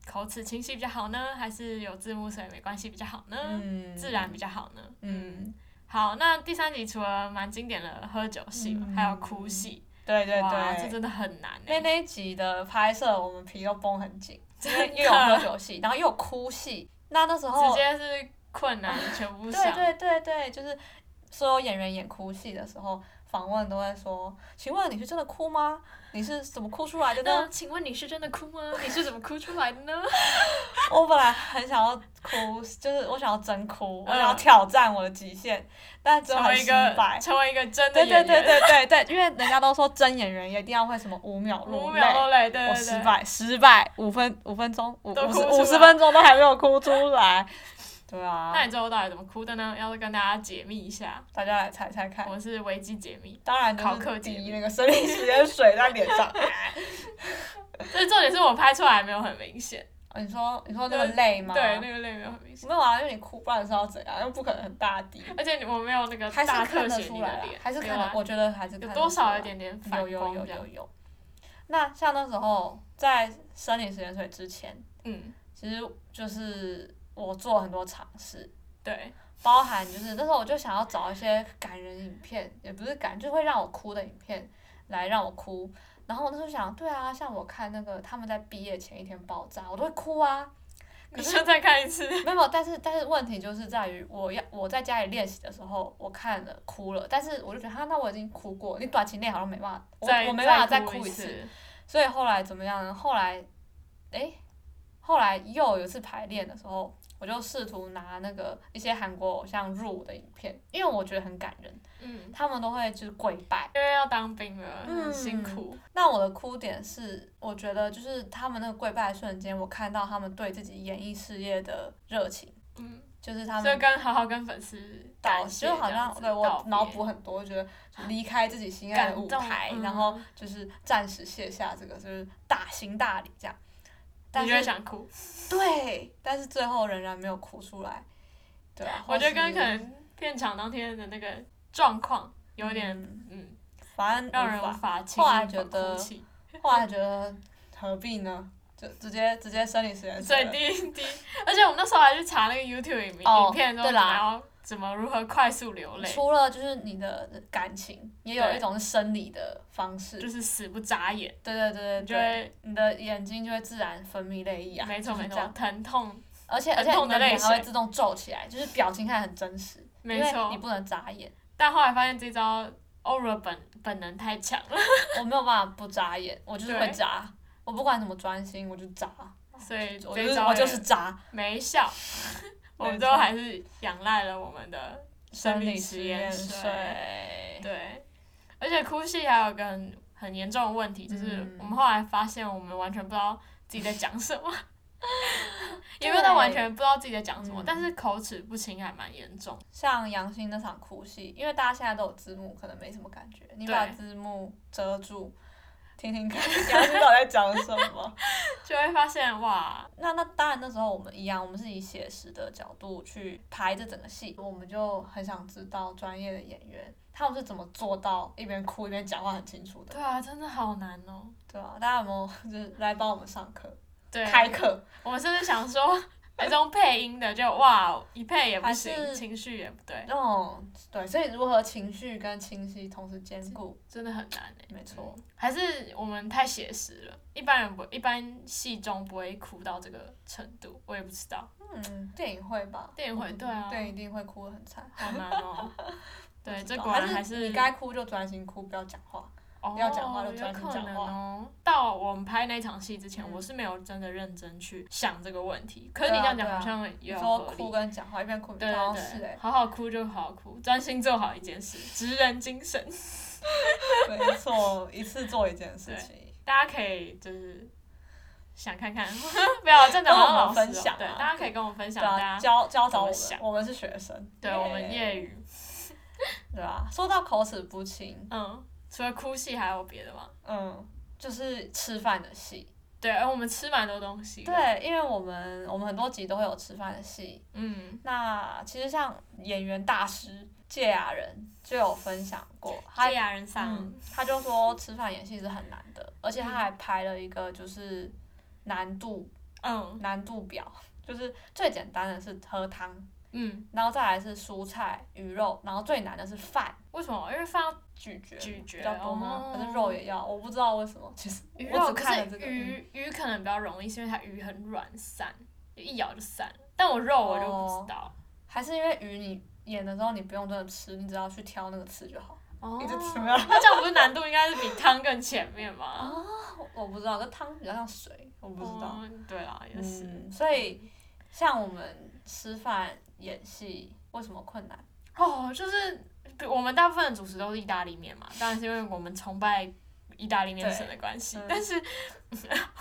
Speaker 2: 口齿清晰比较好呢，还是有字幕所以没关系比较好呢？
Speaker 1: 嗯，
Speaker 2: 自然比较好呢？
Speaker 1: 嗯，
Speaker 2: 好，那第三集除了蛮经典的喝酒戏嘛，
Speaker 1: 嗯
Speaker 2: 还有哭戏，
Speaker 1: 对对
Speaker 2: 哇，这
Speaker 1: 对。
Speaker 2: 真的很难
Speaker 1: 那
Speaker 2: 哎、
Speaker 1: 那一集的拍摄，我们皮都绷很 紧，因为
Speaker 2: 真
Speaker 1: 又有喝
Speaker 2: 的
Speaker 1: 酒戏，然后又有哭戏。那那时候
Speaker 2: 直接是困难全部上
Speaker 1: 对，对对对，就是所有演员演哭戏的时候，访问都会说：“请问你是真的哭吗？你是怎么哭出来的
Speaker 2: 那
Speaker 1: 呢
Speaker 2: 请问你是真的哭吗？你是怎么哭出来的 呢？？”
Speaker 1: 我本来很想要哭，就是我想要真哭，我想要
Speaker 2: 嗯
Speaker 1: 挑战我的极限，但最
Speaker 2: 成
Speaker 1: 后很
Speaker 2: 为一
Speaker 1: 失
Speaker 2: 个
Speaker 1: 败。
Speaker 2: 成为一个真的
Speaker 1: 对
Speaker 2: 演
Speaker 1: 对
Speaker 2: 员，
Speaker 1: 对对对对，因为人家都说真演员也一定要会什么五秒
Speaker 2: 五
Speaker 1: 落
Speaker 2: 秒
Speaker 1: 泪，
Speaker 2: 落泪，对
Speaker 1: 我
Speaker 2: 对
Speaker 1: 失
Speaker 2: 对，
Speaker 1: 败失败五分五分钟五
Speaker 2: 都
Speaker 1: 五
Speaker 2: 哭
Speaker 1: 十
Speaker 2: 出
Speaker 1: 五十
Speaker 2: 来
Speaker 1: 分钟都还没有哭出来，对啊
Speaker 2: 那，你最后到底怎么哭的呢？要跟大家解密一下，
Speaker 1: 大家来猜猜看。
Speaker 2: 我是维基解密。
Speaker 1: 当然就
Speaker 2: 考
Speaker 1: 是
Speaker 2: 课解
Speaker 1: 滴
Speaker 2: 密
Speaker 1: 那个生理食盐水在脸上，
Speaker 2: 所以重点是我拍出来没有很明显，
Speaker 1: 哦你说你说那个泪吗？
Speaker 2: 对，那个泪没有很明显，
Speaker 1: 没有啊，因为你哭，不然是要怎样？又不可能很大滴，
Speaker 2: 而且我没有那个
Speaker 1: 还是
Speaker 2: 大特
Speaker 1: 看得
Speaker 2: 写你
Speaker 1: 出来
Speaker 2: 的
Speaker 1: 啦
Speaker 2: 脸，
Speaker 1: 还是看
Speaker 2: 有
Speaker 1: 得
Speaker 2: 啊，
Speaker 1: 我觉得还是看
Speaker 2: 有
Speaker 1: 得
Speaker 2: 多
Speaker 1: 出
Speaker 2: 少
Speaker 1: 来
Speaker 2: 有点点反
Speaker 1: 有有
Speaker 2: 光
Speaker 1: 有
Speaker 2: 这样
Speaker 1: 有有。那像那时候在生理食盐水之前，
Speaker 2: 嗯，
Speaker 1: 其实就是我做很多尝试，
Speaker 2: 对，
Speaker 1: 包含就是那时候我就想要找一些感人影片，也不是感，就会让我哭的影片来让我哭。然后我那时候想，对啊，像我看那个他们在毕业前一天爆炸，我都会哭啊。
Speaker 2: 你就再看一次，
Speaker 1: 没有，没有但是但是问题就是在于，我要我在家里练习的时候，我看了哭了，但是我就觉得哈，那我已经哭过，你短期内好像没办法，我
Speaker 2: 再
Speaker 1: 我没办法再
Speaker 2: 哭
Speaker 1: 哭一次。
Speaker 2: 次。
Speaker 1: 所以后来怎么样呢？后来，诶，后来又有一次排练的时候，我就试图拿那个一些韩国偶像入伍的影片，因为我觉得很感人，
Speaker 2: 嗯，
Speaker 1: 他们都会就是跪拜。
Speaker 2: 因为要当兵了，
Speaker 1: 嗯
Speaker 2: 很辛苦。
Speaker 1: 那我的哭点是，我觉得就是他们那个跪拜的瞬间，我看到他们对自己演艺事业的热情，
Speaker 2: 嗯，
Speaker 1: 就是他
Speaker 2: 所以
Speaker 1: 们。
Speaker 2: 跟好好跟粉丝
Speaker 1: 道，
Speaker 2: 感谢
Speaker 1: 就好
Speaker 2: 这样
Speaker 1: 像
Speaker 2: 子
Speaker 1: 对我
Speaker 2: 道别
Speaker 1: 脑补很多，觉得离开自己心爱的舞台
Speaker 2: 感，动嗯
Speaker 1: 然后就是暂时卸下这个，就是大心大理这样。但
Speaker 2: 你
Speaker 1: 是
Speaker 2: 就会想哭。
Speaker 1: 对，但是最后仍然没有哭出来。对啊，
Speaker 2: 我觉得
Speaker 1: 或是
Speaker 2: 跟可能片场当天的那个状况有点，
Speaker 1: 嗯
Speaker 2: 嗯，
Speaker 1: 反正
Speaker 2: 让
Speaker 1: 无
Speaker 2: 人无
Speaker 1: 法
Speaker 2: 法轻
Speaker 1: 后来
Speaker 2: 易
Speaker 1: 觉得
Speaker 2: 哭泣。
Speaker 1: 后来觉得何必呢？就直接直接生理实验室
Speaker 2: 所以
Speaker 1: 了。
Speaker 2: 第一第一，而且我们那时候还去查那个 YouTube 影片，
Speaker 1: 哦
Speaker 2: 影片中
Speaker 1: 对啦
Speaker 2: 还要怎么如何快速流泪，
Speaker 1: 除了就是你的感情，也有
Speaker 2: 对
Speaker 1: 一种是生理的方式。
Speaker 2: 就是死不眨眼，
Speaker 1: 对对对对
Speaker 2: 就会
Speaker 1: 对，你的眼睛就会自然分泌泪液啊，
Speaker 2: 没错
Speaker 1: 就是
Speaker 2: 没
Speaker 1: 这
Speaker 2: 错
Speaker 1: 样，
Speaker 2: 疼痛，
Speaker 1: 而且
Speaker 2: 疼
Speaker 1: 而且
Speaker 2: 痛
Speaker 1: 你
Speaker 2: 的
Speaker 1: 的
Speaker 2: 泪
Speaker 1: 脸还会
Speaker 2: 水
Speaker 1: 自动皱起来，就是表情看起来很真实，
Speaker 2: 没
Speaker 1: 因为
Speaker 2: 错
Speaker 1: 你不能眨眼，
Speaker 2: 但后来发现这招欧若本本能太强 了，
Speaker 1: 我没有办法不眨眼，我就是会
Speaker 2: 对
Speaker 1: 眨，我不管怎么专心，我就眨，
Speaker 2: 所以
Speaker 1: 我就
Speaker 2: 这
Speaker 1: 是
Speaker 2: 招
Speaker 1: 我
Speaker 2: 也
Speaker 1: 就是眨，
Speaker 2: 没效。我们最后还是仰赖了我们的
Speaker 1: 生理
Speaker 2: 实
Speaker 1: 实验
Speaker 2: 水，
Speaker 1: 水。
Speaker 2: 对，而且哭戏还有个很很严重的问题，就是
Speaker 1: 嗯
Speaker 2: 我们后来发现我们完全不知道自己在讲什么。 也没有到完全不知道自己在讲什么，
Speaker 1: 嗯
Speaker 2: 但是口齿不清还蛮严重。
Speaker 1: 像杨欣那场哭戏，因为大家现在都有字幕，可能没什么感觉。你
Speaker 2: 对
Speaker 1: 把字幕遮住，听听看杨欣到底在讲什 么。
Speaker 2: 就会发现哇，
Speaker 1: 那那当然，那时候我们一样，我们是以写实的角度去拍这整个戏，我们就很想知道专业的演员他们是怎么做到一边哭一边讲话很清楚的，
Speaker 2: 对啊，真的好难哦。
Speaker 1: 对啊？大家有没有 就是来帮我们上课、
Speaker 2: 对，
Speaker 1: 开课？
Speaker 2: 我们甚至想说那种配音的就哇，一配也不
Speaker 1: 还
Speaker 2: 行，
Speaker 1: 是
Speaker 2: 情绪也不对，
Speaker 1: 那种对，所以如何情绪跟清晰同时兼顾，
Speaker 2: 真的很难哎。
Speaker 1: 没错。
Speaker 2: 还是我们太写实了，一般人不，一般戏中不会哭到这个程度，我也不知道，
Speaker 1: 嗯，电影会吧？
Speaker 2: 电影会
Speaker 1: 我不
Speaker 2: 对啊
Speaker 1: 电影一定会哭得很惨。
Speaker 2: 好难哦。 对，
Speaker 1: 不知
Speaker 2: 这
Speaker 1: 道
Speaker 2: 果然
Speaker 1: 还
Speaker 2: 是
Speaker 1: 你该哭就专心哭，不要讲话。
Speaker 2: 哦，
Speaker 1: 要讲话就
Speaker 2: 有
Speaker 1: 专心
Speaker 2: 可
Speaker 1: 讲
Speaker 2: 能
Speaker 1: 话
Speaker 2: 哦。到我们拍那场戏之前，
Speaker 1: 嗯
Speaker 2: 我是没有真的认真去想这个问题，可是你
Speaker 1: 对
Speaker 2: 这
Speaker 1: 啊
Speaker 2: 样
Speaker 1: 对
Speaker 2: 讲
Speaker 1: 啊
Speaker 2: 好像也
Speaker 1: 你
Speaker 2: 有
Speaker 1: 说
Speaker 2: 合理
Speaker 1: 哭跟讲话一边哭，
Speaker 2: 对
Speaker 1: 好像
Speaker 2: 对
Speaker 1: 是
Speaker 2: 对，
Speaker 1: 哎、
Speaker 2: 好好哭就好好哭，专心做好一件事，职人精神。
Speaker 1: 没错，一次做一件事情。
Speaker 2: 大家可以就是想看 看，不要真的
Speaker 1: 跟我
Speaker 2: 好
Speaker 1: 们
Speaker 2: 像老师哦
Speaker 1: 分享啊
Speaker 2: 对，大家可以跟我们分
Speaker 1: 对
Speaker 2: 享大
Speaker 1: 啊，
Speaker 2: 家
Speaker 1: 教教
Speaker 2: 怎
Speaker 1: 导
Speaker 2: 么
Speaker 1: 我们
Speaker 2: 想，
Speaker 1: 我们是学生。
Speaker 2: 对我们业
Speaker 1: 余。
Speaker 2: 余，
Speaker 1: 对啊，说到口齿不清，
Speaker 2: 嗯，除了哭戏还有别的吗？
Speaker 1: 嗯，就是吃饭的戏。
Speaker 2: 对，而我们吃蛮多东西的，，
Speaker 1: 对，因为我们我们很多集都会有吃饭的戏，
Speaker 2: 嗯，
Speaker 1: 那其实像演员大师芥雅人就有分享过，他
Speaker 2: 谢雅人上
Speaker 1: 嗯，他就说吃饭演戏是很难的，而且他还拍了一个就是难度
Speaker 2: 嗯
Speaker 1: 难度表，就是最简单的是喝汤，
Speaker 2: 嗯，
Speaker 1: 然后再来是蔬菜鱼肉，然后最难的是饭
Speaker 2: 为什么？因为放到
Speaker 1: 咀嚼
Speaker 2: 咀嚼
Speaker 1: 比较多吗
Speaker 2: 哦？
Speaker 1: 可是肉也要，我不知道为什么，其实
Speaker 2: 鱼
Speaker 1: 我
Speaker 2: 肉，
Speaker 1: 只
Speaker 2: 可
Speaker 1: 看了
Speaker 2: 是
Speaker 1: 这个嗯
Speaker 2: 鱼鱼可能比较容易，是因为它鱼很软散，一咬就散了。但我肉我就不知道，
Speaker 1: 还是因为鱼你演的时候你不用真的吃，你只要去挑那个刺就好，
Speaker 2: 哦
Speaker 1: 一直吃啊。
Speaker 2: 那这样不是难度应该是比汤更前面吗？
Speaker 1: 哦我我不知道，这汤比较像水，我不知道。
Speaker 2: 哦。对啦，也是。
Speaker 1: 嗯，所以像我们吃饭演戏为什么困难？
Speaker 2: 哦，就是我们大部分的主食都是意大利面嘛，当然是因为我们崇拜意大利面神的关系
Speaker 1: 对，嗯
Speaker 2: 但是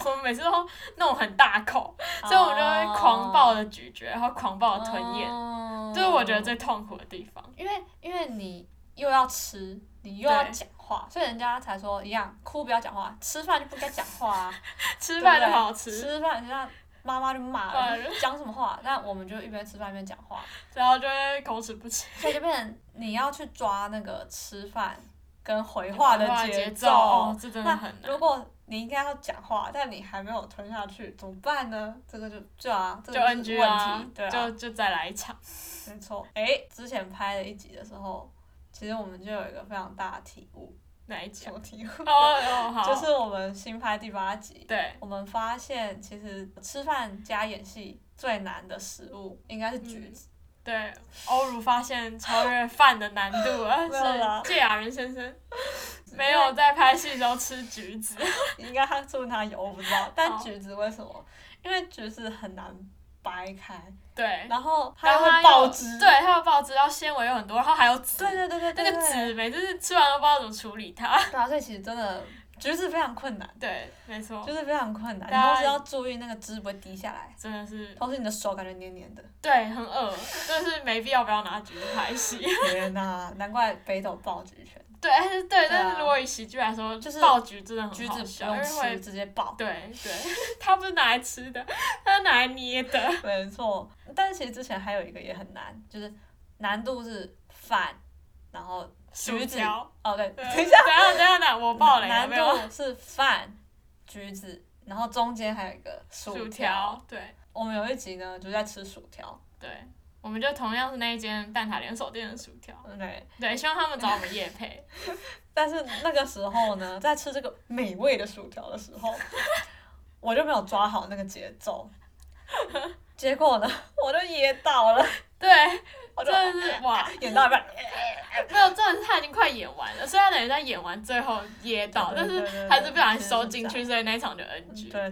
Speaker 2: 我们每次都那种很大口，
Speaker 1: 哦
Speaker 2: 所以我们就会狂暴的咀嚼，然后狂暴的吞
Speaker 1: 哦
Speaker 2: 咽，
Speaker 1: 咽
Speaker 2: 这是我觉得最痛苦的地方。
Speaker 1: 因为因为你又要吃，你又要讲话，所以人家才说一样，哭不要讲话，吃饭就不该讲话啊，
Speaker 2: 吃饭就
Speaker 1: 对不对
Speaker 2: 好好吃，
Speaker 1: 吃饭人家妈妈就骂了，
Speaker 2: 对
Speaker 1: 你讲什么话？那我们就一边吃饭一边讲话，
Speaker 2: 然后就会口齿不清，
Speaker 1: 所以就变成你要去抓那个吃饭跟回话的
Speaker 2: 节
Speaker 1: 节
Speaker 2: 哦，这真的
Speaker 1: 那
Speaker 2: 很难
Speaker 1: 如。果你应该要讲话，但你还没有吞下去，怎么办呢？这个就就啊，这
Speaker 2: 就
Speaker 1: 个就是
Speaker 2: NG
Speaker 1: 问
Speaker 2: 啊
Speaker 1: 题，，对啊
Speaker 2: 就，就再来一场。
Speaker 1: 没错。诶，之前拍了一集的时候，其实我们就有一个非常大的体悟，
Speaker 2: 哪一集啊？
Speaker 1: 主题
Speaker 2: 哦哦好，
Speaker 1: 就是我们新拍第八集，
Speaker 2: 对
Speaker 1: 我们发现其实吃饭加演戏最难的食物应该是橘子，
Speaker 2: 对，欧如发现超越饭的难度了，
Speaker 1: 没有啦
Speaker 2: 是芥雅人先生没有在拍戏的时候吃橘子，
Speaker 1: 应该他说他有我不知道，但
Speaker 2: 嗯好
Speaker 1: 橘子为什么？因为橘子很难掰开，
Speaker 2: 对，
Speaker 1: 然后它
Speaker 2: 哎然
Speaker 1: 又
Speaker 2: 后它
Speaker 1: 会
Speaker 2: 又
Speaker 1: 爆汁，
Speaker 2: 对，它有爆汁，然后纤维有很多，然后还有籽，
Speaker 1: 对对对对
Speaker 2: 那
Speaker 1: 对，
Speaker 2: 个啊籽每次吃完都不知道怎么处理它，
Speaker 1: 对啊，所以其实真的橘子非常困难，
Speaker 2: 对，没错，
Speaker 1: 就是非常困难，
Speaker 2: 哦大家嗯
Speaker 1: 你同时要注意那个汁不会滴下来，
Speaker 2: 真的是
Speaker 1: 同时你的手感觉黏黏的。
Speaker 2: 对，很恶，真的是没必要不要拿橘子拍戏。
Speaker 1: 天呐，难怪北斗爆橘拳，
Speaker 2: 对，但是对，
Speaker 1: 啊
Speaker 2: 但是如果以喜剧来说，
Speaker 1: 就是
Speaker 2: 爆橘真的很
Speaker 1: 橘
Speaker 2: 嗯好
Speaker 1: 子不
Speaker 2: 笑，因
Speaker 1: 用
Speaker 2: 为
Speaker 1: 吃
Speaker 2: 会
Speaker 1: 直接爆。
Speaker 2: 对对，它不是拿来吃的，它是拿来捏的。
Speaker 1: 没错，但是其实之前还有一个也很难，就是难度是饭，然后 橘
Speaker 2: 薯
Speaker 1: 子
Speaker 2: 条
Speaker 1: 哦对，
Speaker 2: 对
Speaker 1: 等一下，
Speaker 2: 下，等一下，等一下，等一下我爆雷了
Speaker 1: 难
Speaker 2: 没有？
Speaker 1: 度是饭橘子，然后中间还有一个薯
Speaker 2: 薯。条，对
Speaker 1: 我们有一集呢就是在吃薯条，
Speaker 2: 对，我们就同样是那一间蛋挞连锁店的薯条，
Speaker 1: 对，
Speaker 2: 对，希望他们找我们夜 配。
Speaker 1: 但是那个时候呢，在吃这个美味的薯条的时候，我就没有抓好那个节奏，结果呢我就噎到了，
Speaker 2: 对，
Speaker 1: 我就
Speaker 2: 真的是哇，
Speaker 1: 演到一半。
Speaker 2: 没有，真的是他已经快演完了，虽然等于在演完最后噎到，
Speaker 1: 对
Speaker 2: 但
Speaker 1: 对
Speaker 2: 是
Speaker 1: 对对
Speaker 2: 还是不小心
Speaker 1: 其实是
Speaker 2: 收进
Speaker 1: 这
Speaker 2: 去，所以那一场就
Speaker 1: 对
Speaker 2: NG。
Speaker 1: 对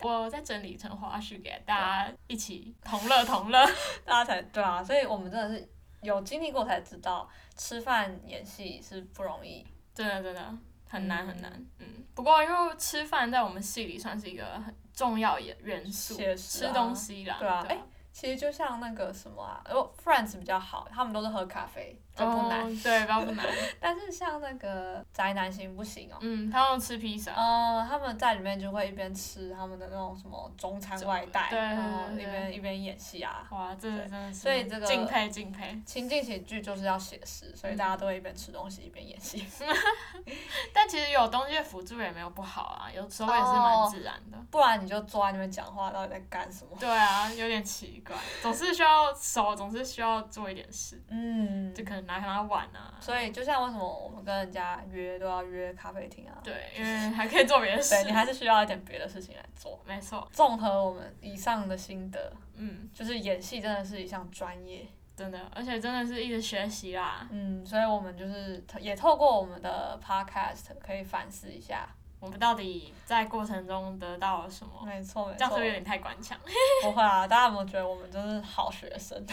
Speaker 2: 我再整理成花絮给大家一起同乐同乐。
Speaker 1: 大家才对啊，所以我们真的是有经历过才知道，吃饭演戏是不容易。
Speaker 2: 真的真的很
Speaker 1: 嗯
Speaker 2: 难很难，嗯不过因为吃饭在我们戏里算是一个很重要元元素，
Speaker 1: 确实啊
Speaker 2: 吃东西啦，
Speaker 1: 对啊
Speaker 2: 对
Speaker 1: 哎其实就像那个什么啊，哦，Friends 比较好，他们都是喝咖啡，都不难。
Speaker 2: 哦对，比较不难，
Speaker 1: 但是像那个宅男行不行哦。
Speaker 2: 嗯，他们吃披萨，
Speaker 1: 嗯，他们在里面就会一边吃他们的那种什么中餐外带，
Speaker 2: 对
Speaker 1: 然后
Speaker 2: 对
Speaker 1: 一
Speaker 2: 对
Speaker 1: 边一边演戏啊。
Speaker 2: 哇，这
Speaker 1: 对
Speaker 2: 真的是，
Speaker 1: 所以这个
Speaker 2: 敬佩敬佩，
Speaker 1: 情景喜剧就是要写实，所以大家都会一边吃东西一边演戏。
Speaker 2: 但其实有东西的辅助也没有不好啊，有时候也是蛮自然的。
Speaker 1: 不然你就坐在那边讲话，到底在干什么？
Speaker 2: 对啊，有点奇怪，总是需要手，总是需要做一点事，
Speaker 1: 嗯，
Speaker 2: 就可能拿拿碗啊，
Speaker 1: 所以就像为什么我们跟人家约都要约咖啡厅啊？
Speaker 2: 对，因为还可以做别的事
Speaker 1: 对，，你还是需要一点别的事情来做。
Speaker 2: 没错，
Speaker 1: 综合我们以上的心得，
Speaker 2: 嗯，
Speaker 1: 就是演戏真的是一项专业，
Speaker 2: 真的，而且真的是一直学习啦，
Speaker 1: 嗯，所以我们就是也透过我们的 podcast 可以反思一下，
Speaker 2: 我们到底在过程中得到了什么？
Speaker 1: 没错没
Speaker 2: 哦这样是
Speaker 1: 错
Speaker 2: 不是，有点太官腔？
Speaker 1: 不会啊，大家有没有觉得我们真是好学生？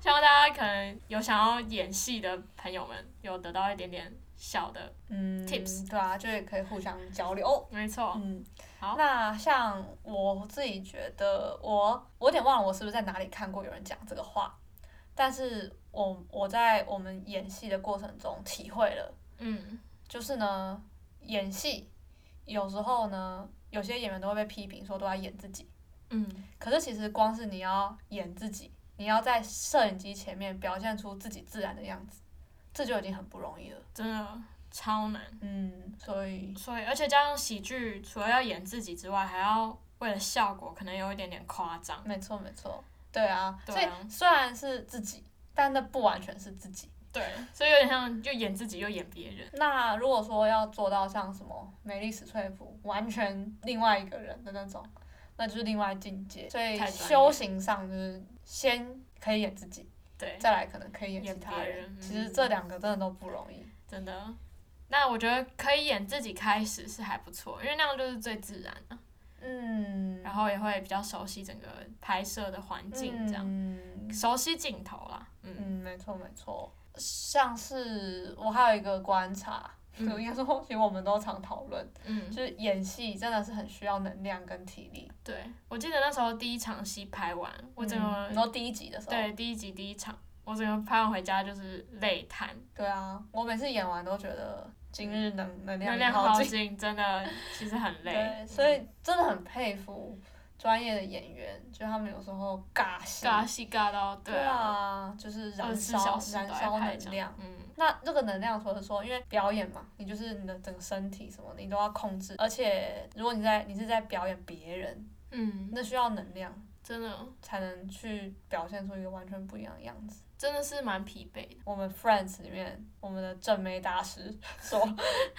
Speaker 2: 希望大家可能有想要演戏的朋友们，有得到一点点小的，
Speaker 1: 嗯
Speaker 2: Tips
Speaker 1: 对啊，就也可以互相交流。
Speaker 2: 没错，
Speaker 1: 嗯，
Speaker 2: 好
Speaker 1: 那像我自己觉得我，我有点忘了我是不是在哪里看过有人讲这个话，但是我我在我们演戏的过程中体会了，
Speaker 2: 嗯，
Speaker 1: 就是呢，演戏有时候呢，有些演员都会被批评说都在演自己，
Speaker 2: 嗯，
Speaker 1: 可是其实光是你要演自己，你要在摄影机前面表现出自己自然的样子，这就已经很不容易了。
Speaker 2: 真的超难。
Speaker 1: 嗯，所以
Speaker 2: 所以，而且加上喜剧，除了要演自己之外，还要为了效果，可能有一点点夸张。
Speaker 1: 没错没错，对啊，
Speaker 2: 对
Speaker 1: 所
Speaker 2: 啊
Speaker 1: 以虽然是自己，但那不完全是自己。
Speaker 2: 对，所以有点像又演自己又演别人。
Speaker 1: 那如果说要做到像什么美丽史翠普，完全另外一个人的那种，那就是另外境界。所以
Speaker 2: 太专业
Speaker 1: 修行上就是先可以演自己，
Speaker 2: 对，
Speaker 1: 再来可能可以演
Speaker 2: 演
Speaker 1: 其他
Speaker 2: 别
Speaker 1: 人。
Speaker 2: 人
Speaker 1: 其实
Speaker 2: 嗯
Speaker 1: 这两个真的都不容易。
Speaker 2: 真的。那我觉得可以演自己开始是还不错，因为那样就是最自然的、
Speaker 1: 嗯，
Speaker 2: 然后也会比较熟悉整个拍摄的环境，这样、
Speaker 1: 嗯
Speaker 2: 熟悉镜头啦。嗯，
Speaker 1: 嗯，没错没错。像是我还有一个观察，
Speaker 2: 嗯
Speaker 1: 应该说，其实我们都常讨论，
Speaker 2: 嗯，
Speaker 1: 就是演戏真的是很需要能量跟体力。
Speaker 2: 对，我记得那时候第一场戏拍完，我整个、
Speaker 1: 嗯你说第一集的时候，
Speaker 2: 对第一集第一场，我整个拍完回家就是累瘫，
Speaker 1: 对啊，我每次演完都觉得今日能能量
Speaker 2: 能量
Speaker 1: 耗
Speaker 2: 耗
Speaker 1: 尽，
Speaker 2: 尽真的其实很 累嗯
Speaker 1: 对，，所以真的很佩服专业的演员，就他们有时候尬戏，
Speaker 2: 尬戏尬到对
Speaker 1: 对，啊，就是
Speaker 2: 二
Speaker 1: 燃
Speaker 2: 十四
Speaker 1: 烧
Speaker 2: 小时
Speaker 1: 燃
Speaker 2: 都在
Speaker 1: 烧
Speaker 2: 拍
Speaker 1: 能
Speaker 2: 这
Speaker 1: 量
Speaker 2: 样。，嗯，
Speaker 1: 那这个能量，除了说，因为表演嘛，你就是你的整个身体什么，你都要控制。而且，如果你在你是在表演别人，
Speaker 2: 嗯，
Speaker 1: 那需要能量
Speaker 2: 真的
Speaker 1: 才能去表现出一个完全不一样的样子。
Speaker 2: 真的是蛮疲惫的。
Speaker 1: 我们 Friends 里面，我们的正妹大 师说，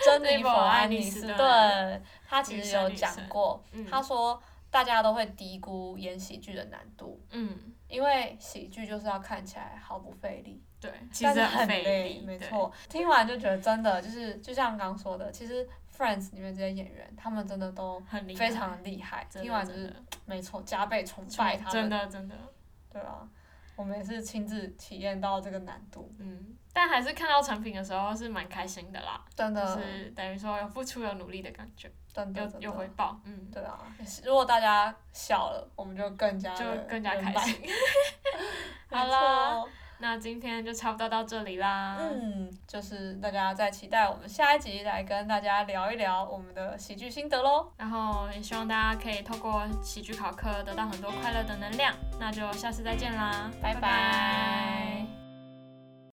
Speaker 1: 珍妮佛·安妮斯顿，她其实有讲过，
Speaker 2: 嗯
Speaker 1: 她说大家都会低估演喜剧的难度，
Speaker 2: 嗯，
Speaker 1: 因为喜剧就是要看起来毫不费力，
Speaker 2: 对，其
Speaker 1: 但
Speaker 2: 实
Speaker 1: 是很
Speaker 2: 费
Speaker 1: 累
Speaker 2: 力，，
Speaker 1: 没
Speaker 2: 对，
Speaker 1: 错。听完就觉得真的就是，就像刚说的，其实 Friends 里面这些演员，他们真的都
Speaker 2: 很厉害，
Speaker 1: 非常厉害，
Speaker 2: 真的
Speaker 1: 听完就
Speaker 2: 真
Speaker 1: 是
Speaker 2: 的
Speaker 1: 没错，加倍崇拜他
Speaker 2: 真
Speaker 1: 们，
Speaker 2: 的真的，
Speaker 1: 对啊，我们也是亲自体验到这个难度，
Speaker 2: 嗯，但还是看到成品的时候是蛮开心的啦，
Speaker 1: 真
Speaker 2: 就
Speaker 1: 的，
Speaker 2: 是等于说有付出有努力的感觉，
Speaker 1: 嗯真的，
Speaker 2: 有
Speaker 1: 真
Speaker 2: 有回
Speaker 1: 的。
Speaker 2: 报，嗯，
Speaker 1: 对啊，如果大家笑了，我们就更加
Speaker 2: 就
Speaker 1: 的
Speaker 2: 更加
Speaker 1: 圆
Speaker 2: 开
Speaker 1: 满。
Speaker 2: 心。
Speaker 1: 没
Speaker 2: 好啦
Speaker 1: 错，
Speaker 2: 那今天就差不多到这里啦，
Speaker 1: 嗯，就是大家再期待我们下一集来跟大家聊一聊我们的喜剧心得喽。
Speaker 2: 然后也希望大家可以透过喜剧考科得到很多快乐的能量，那就下次再见啦，
Speaker 1: 拜拜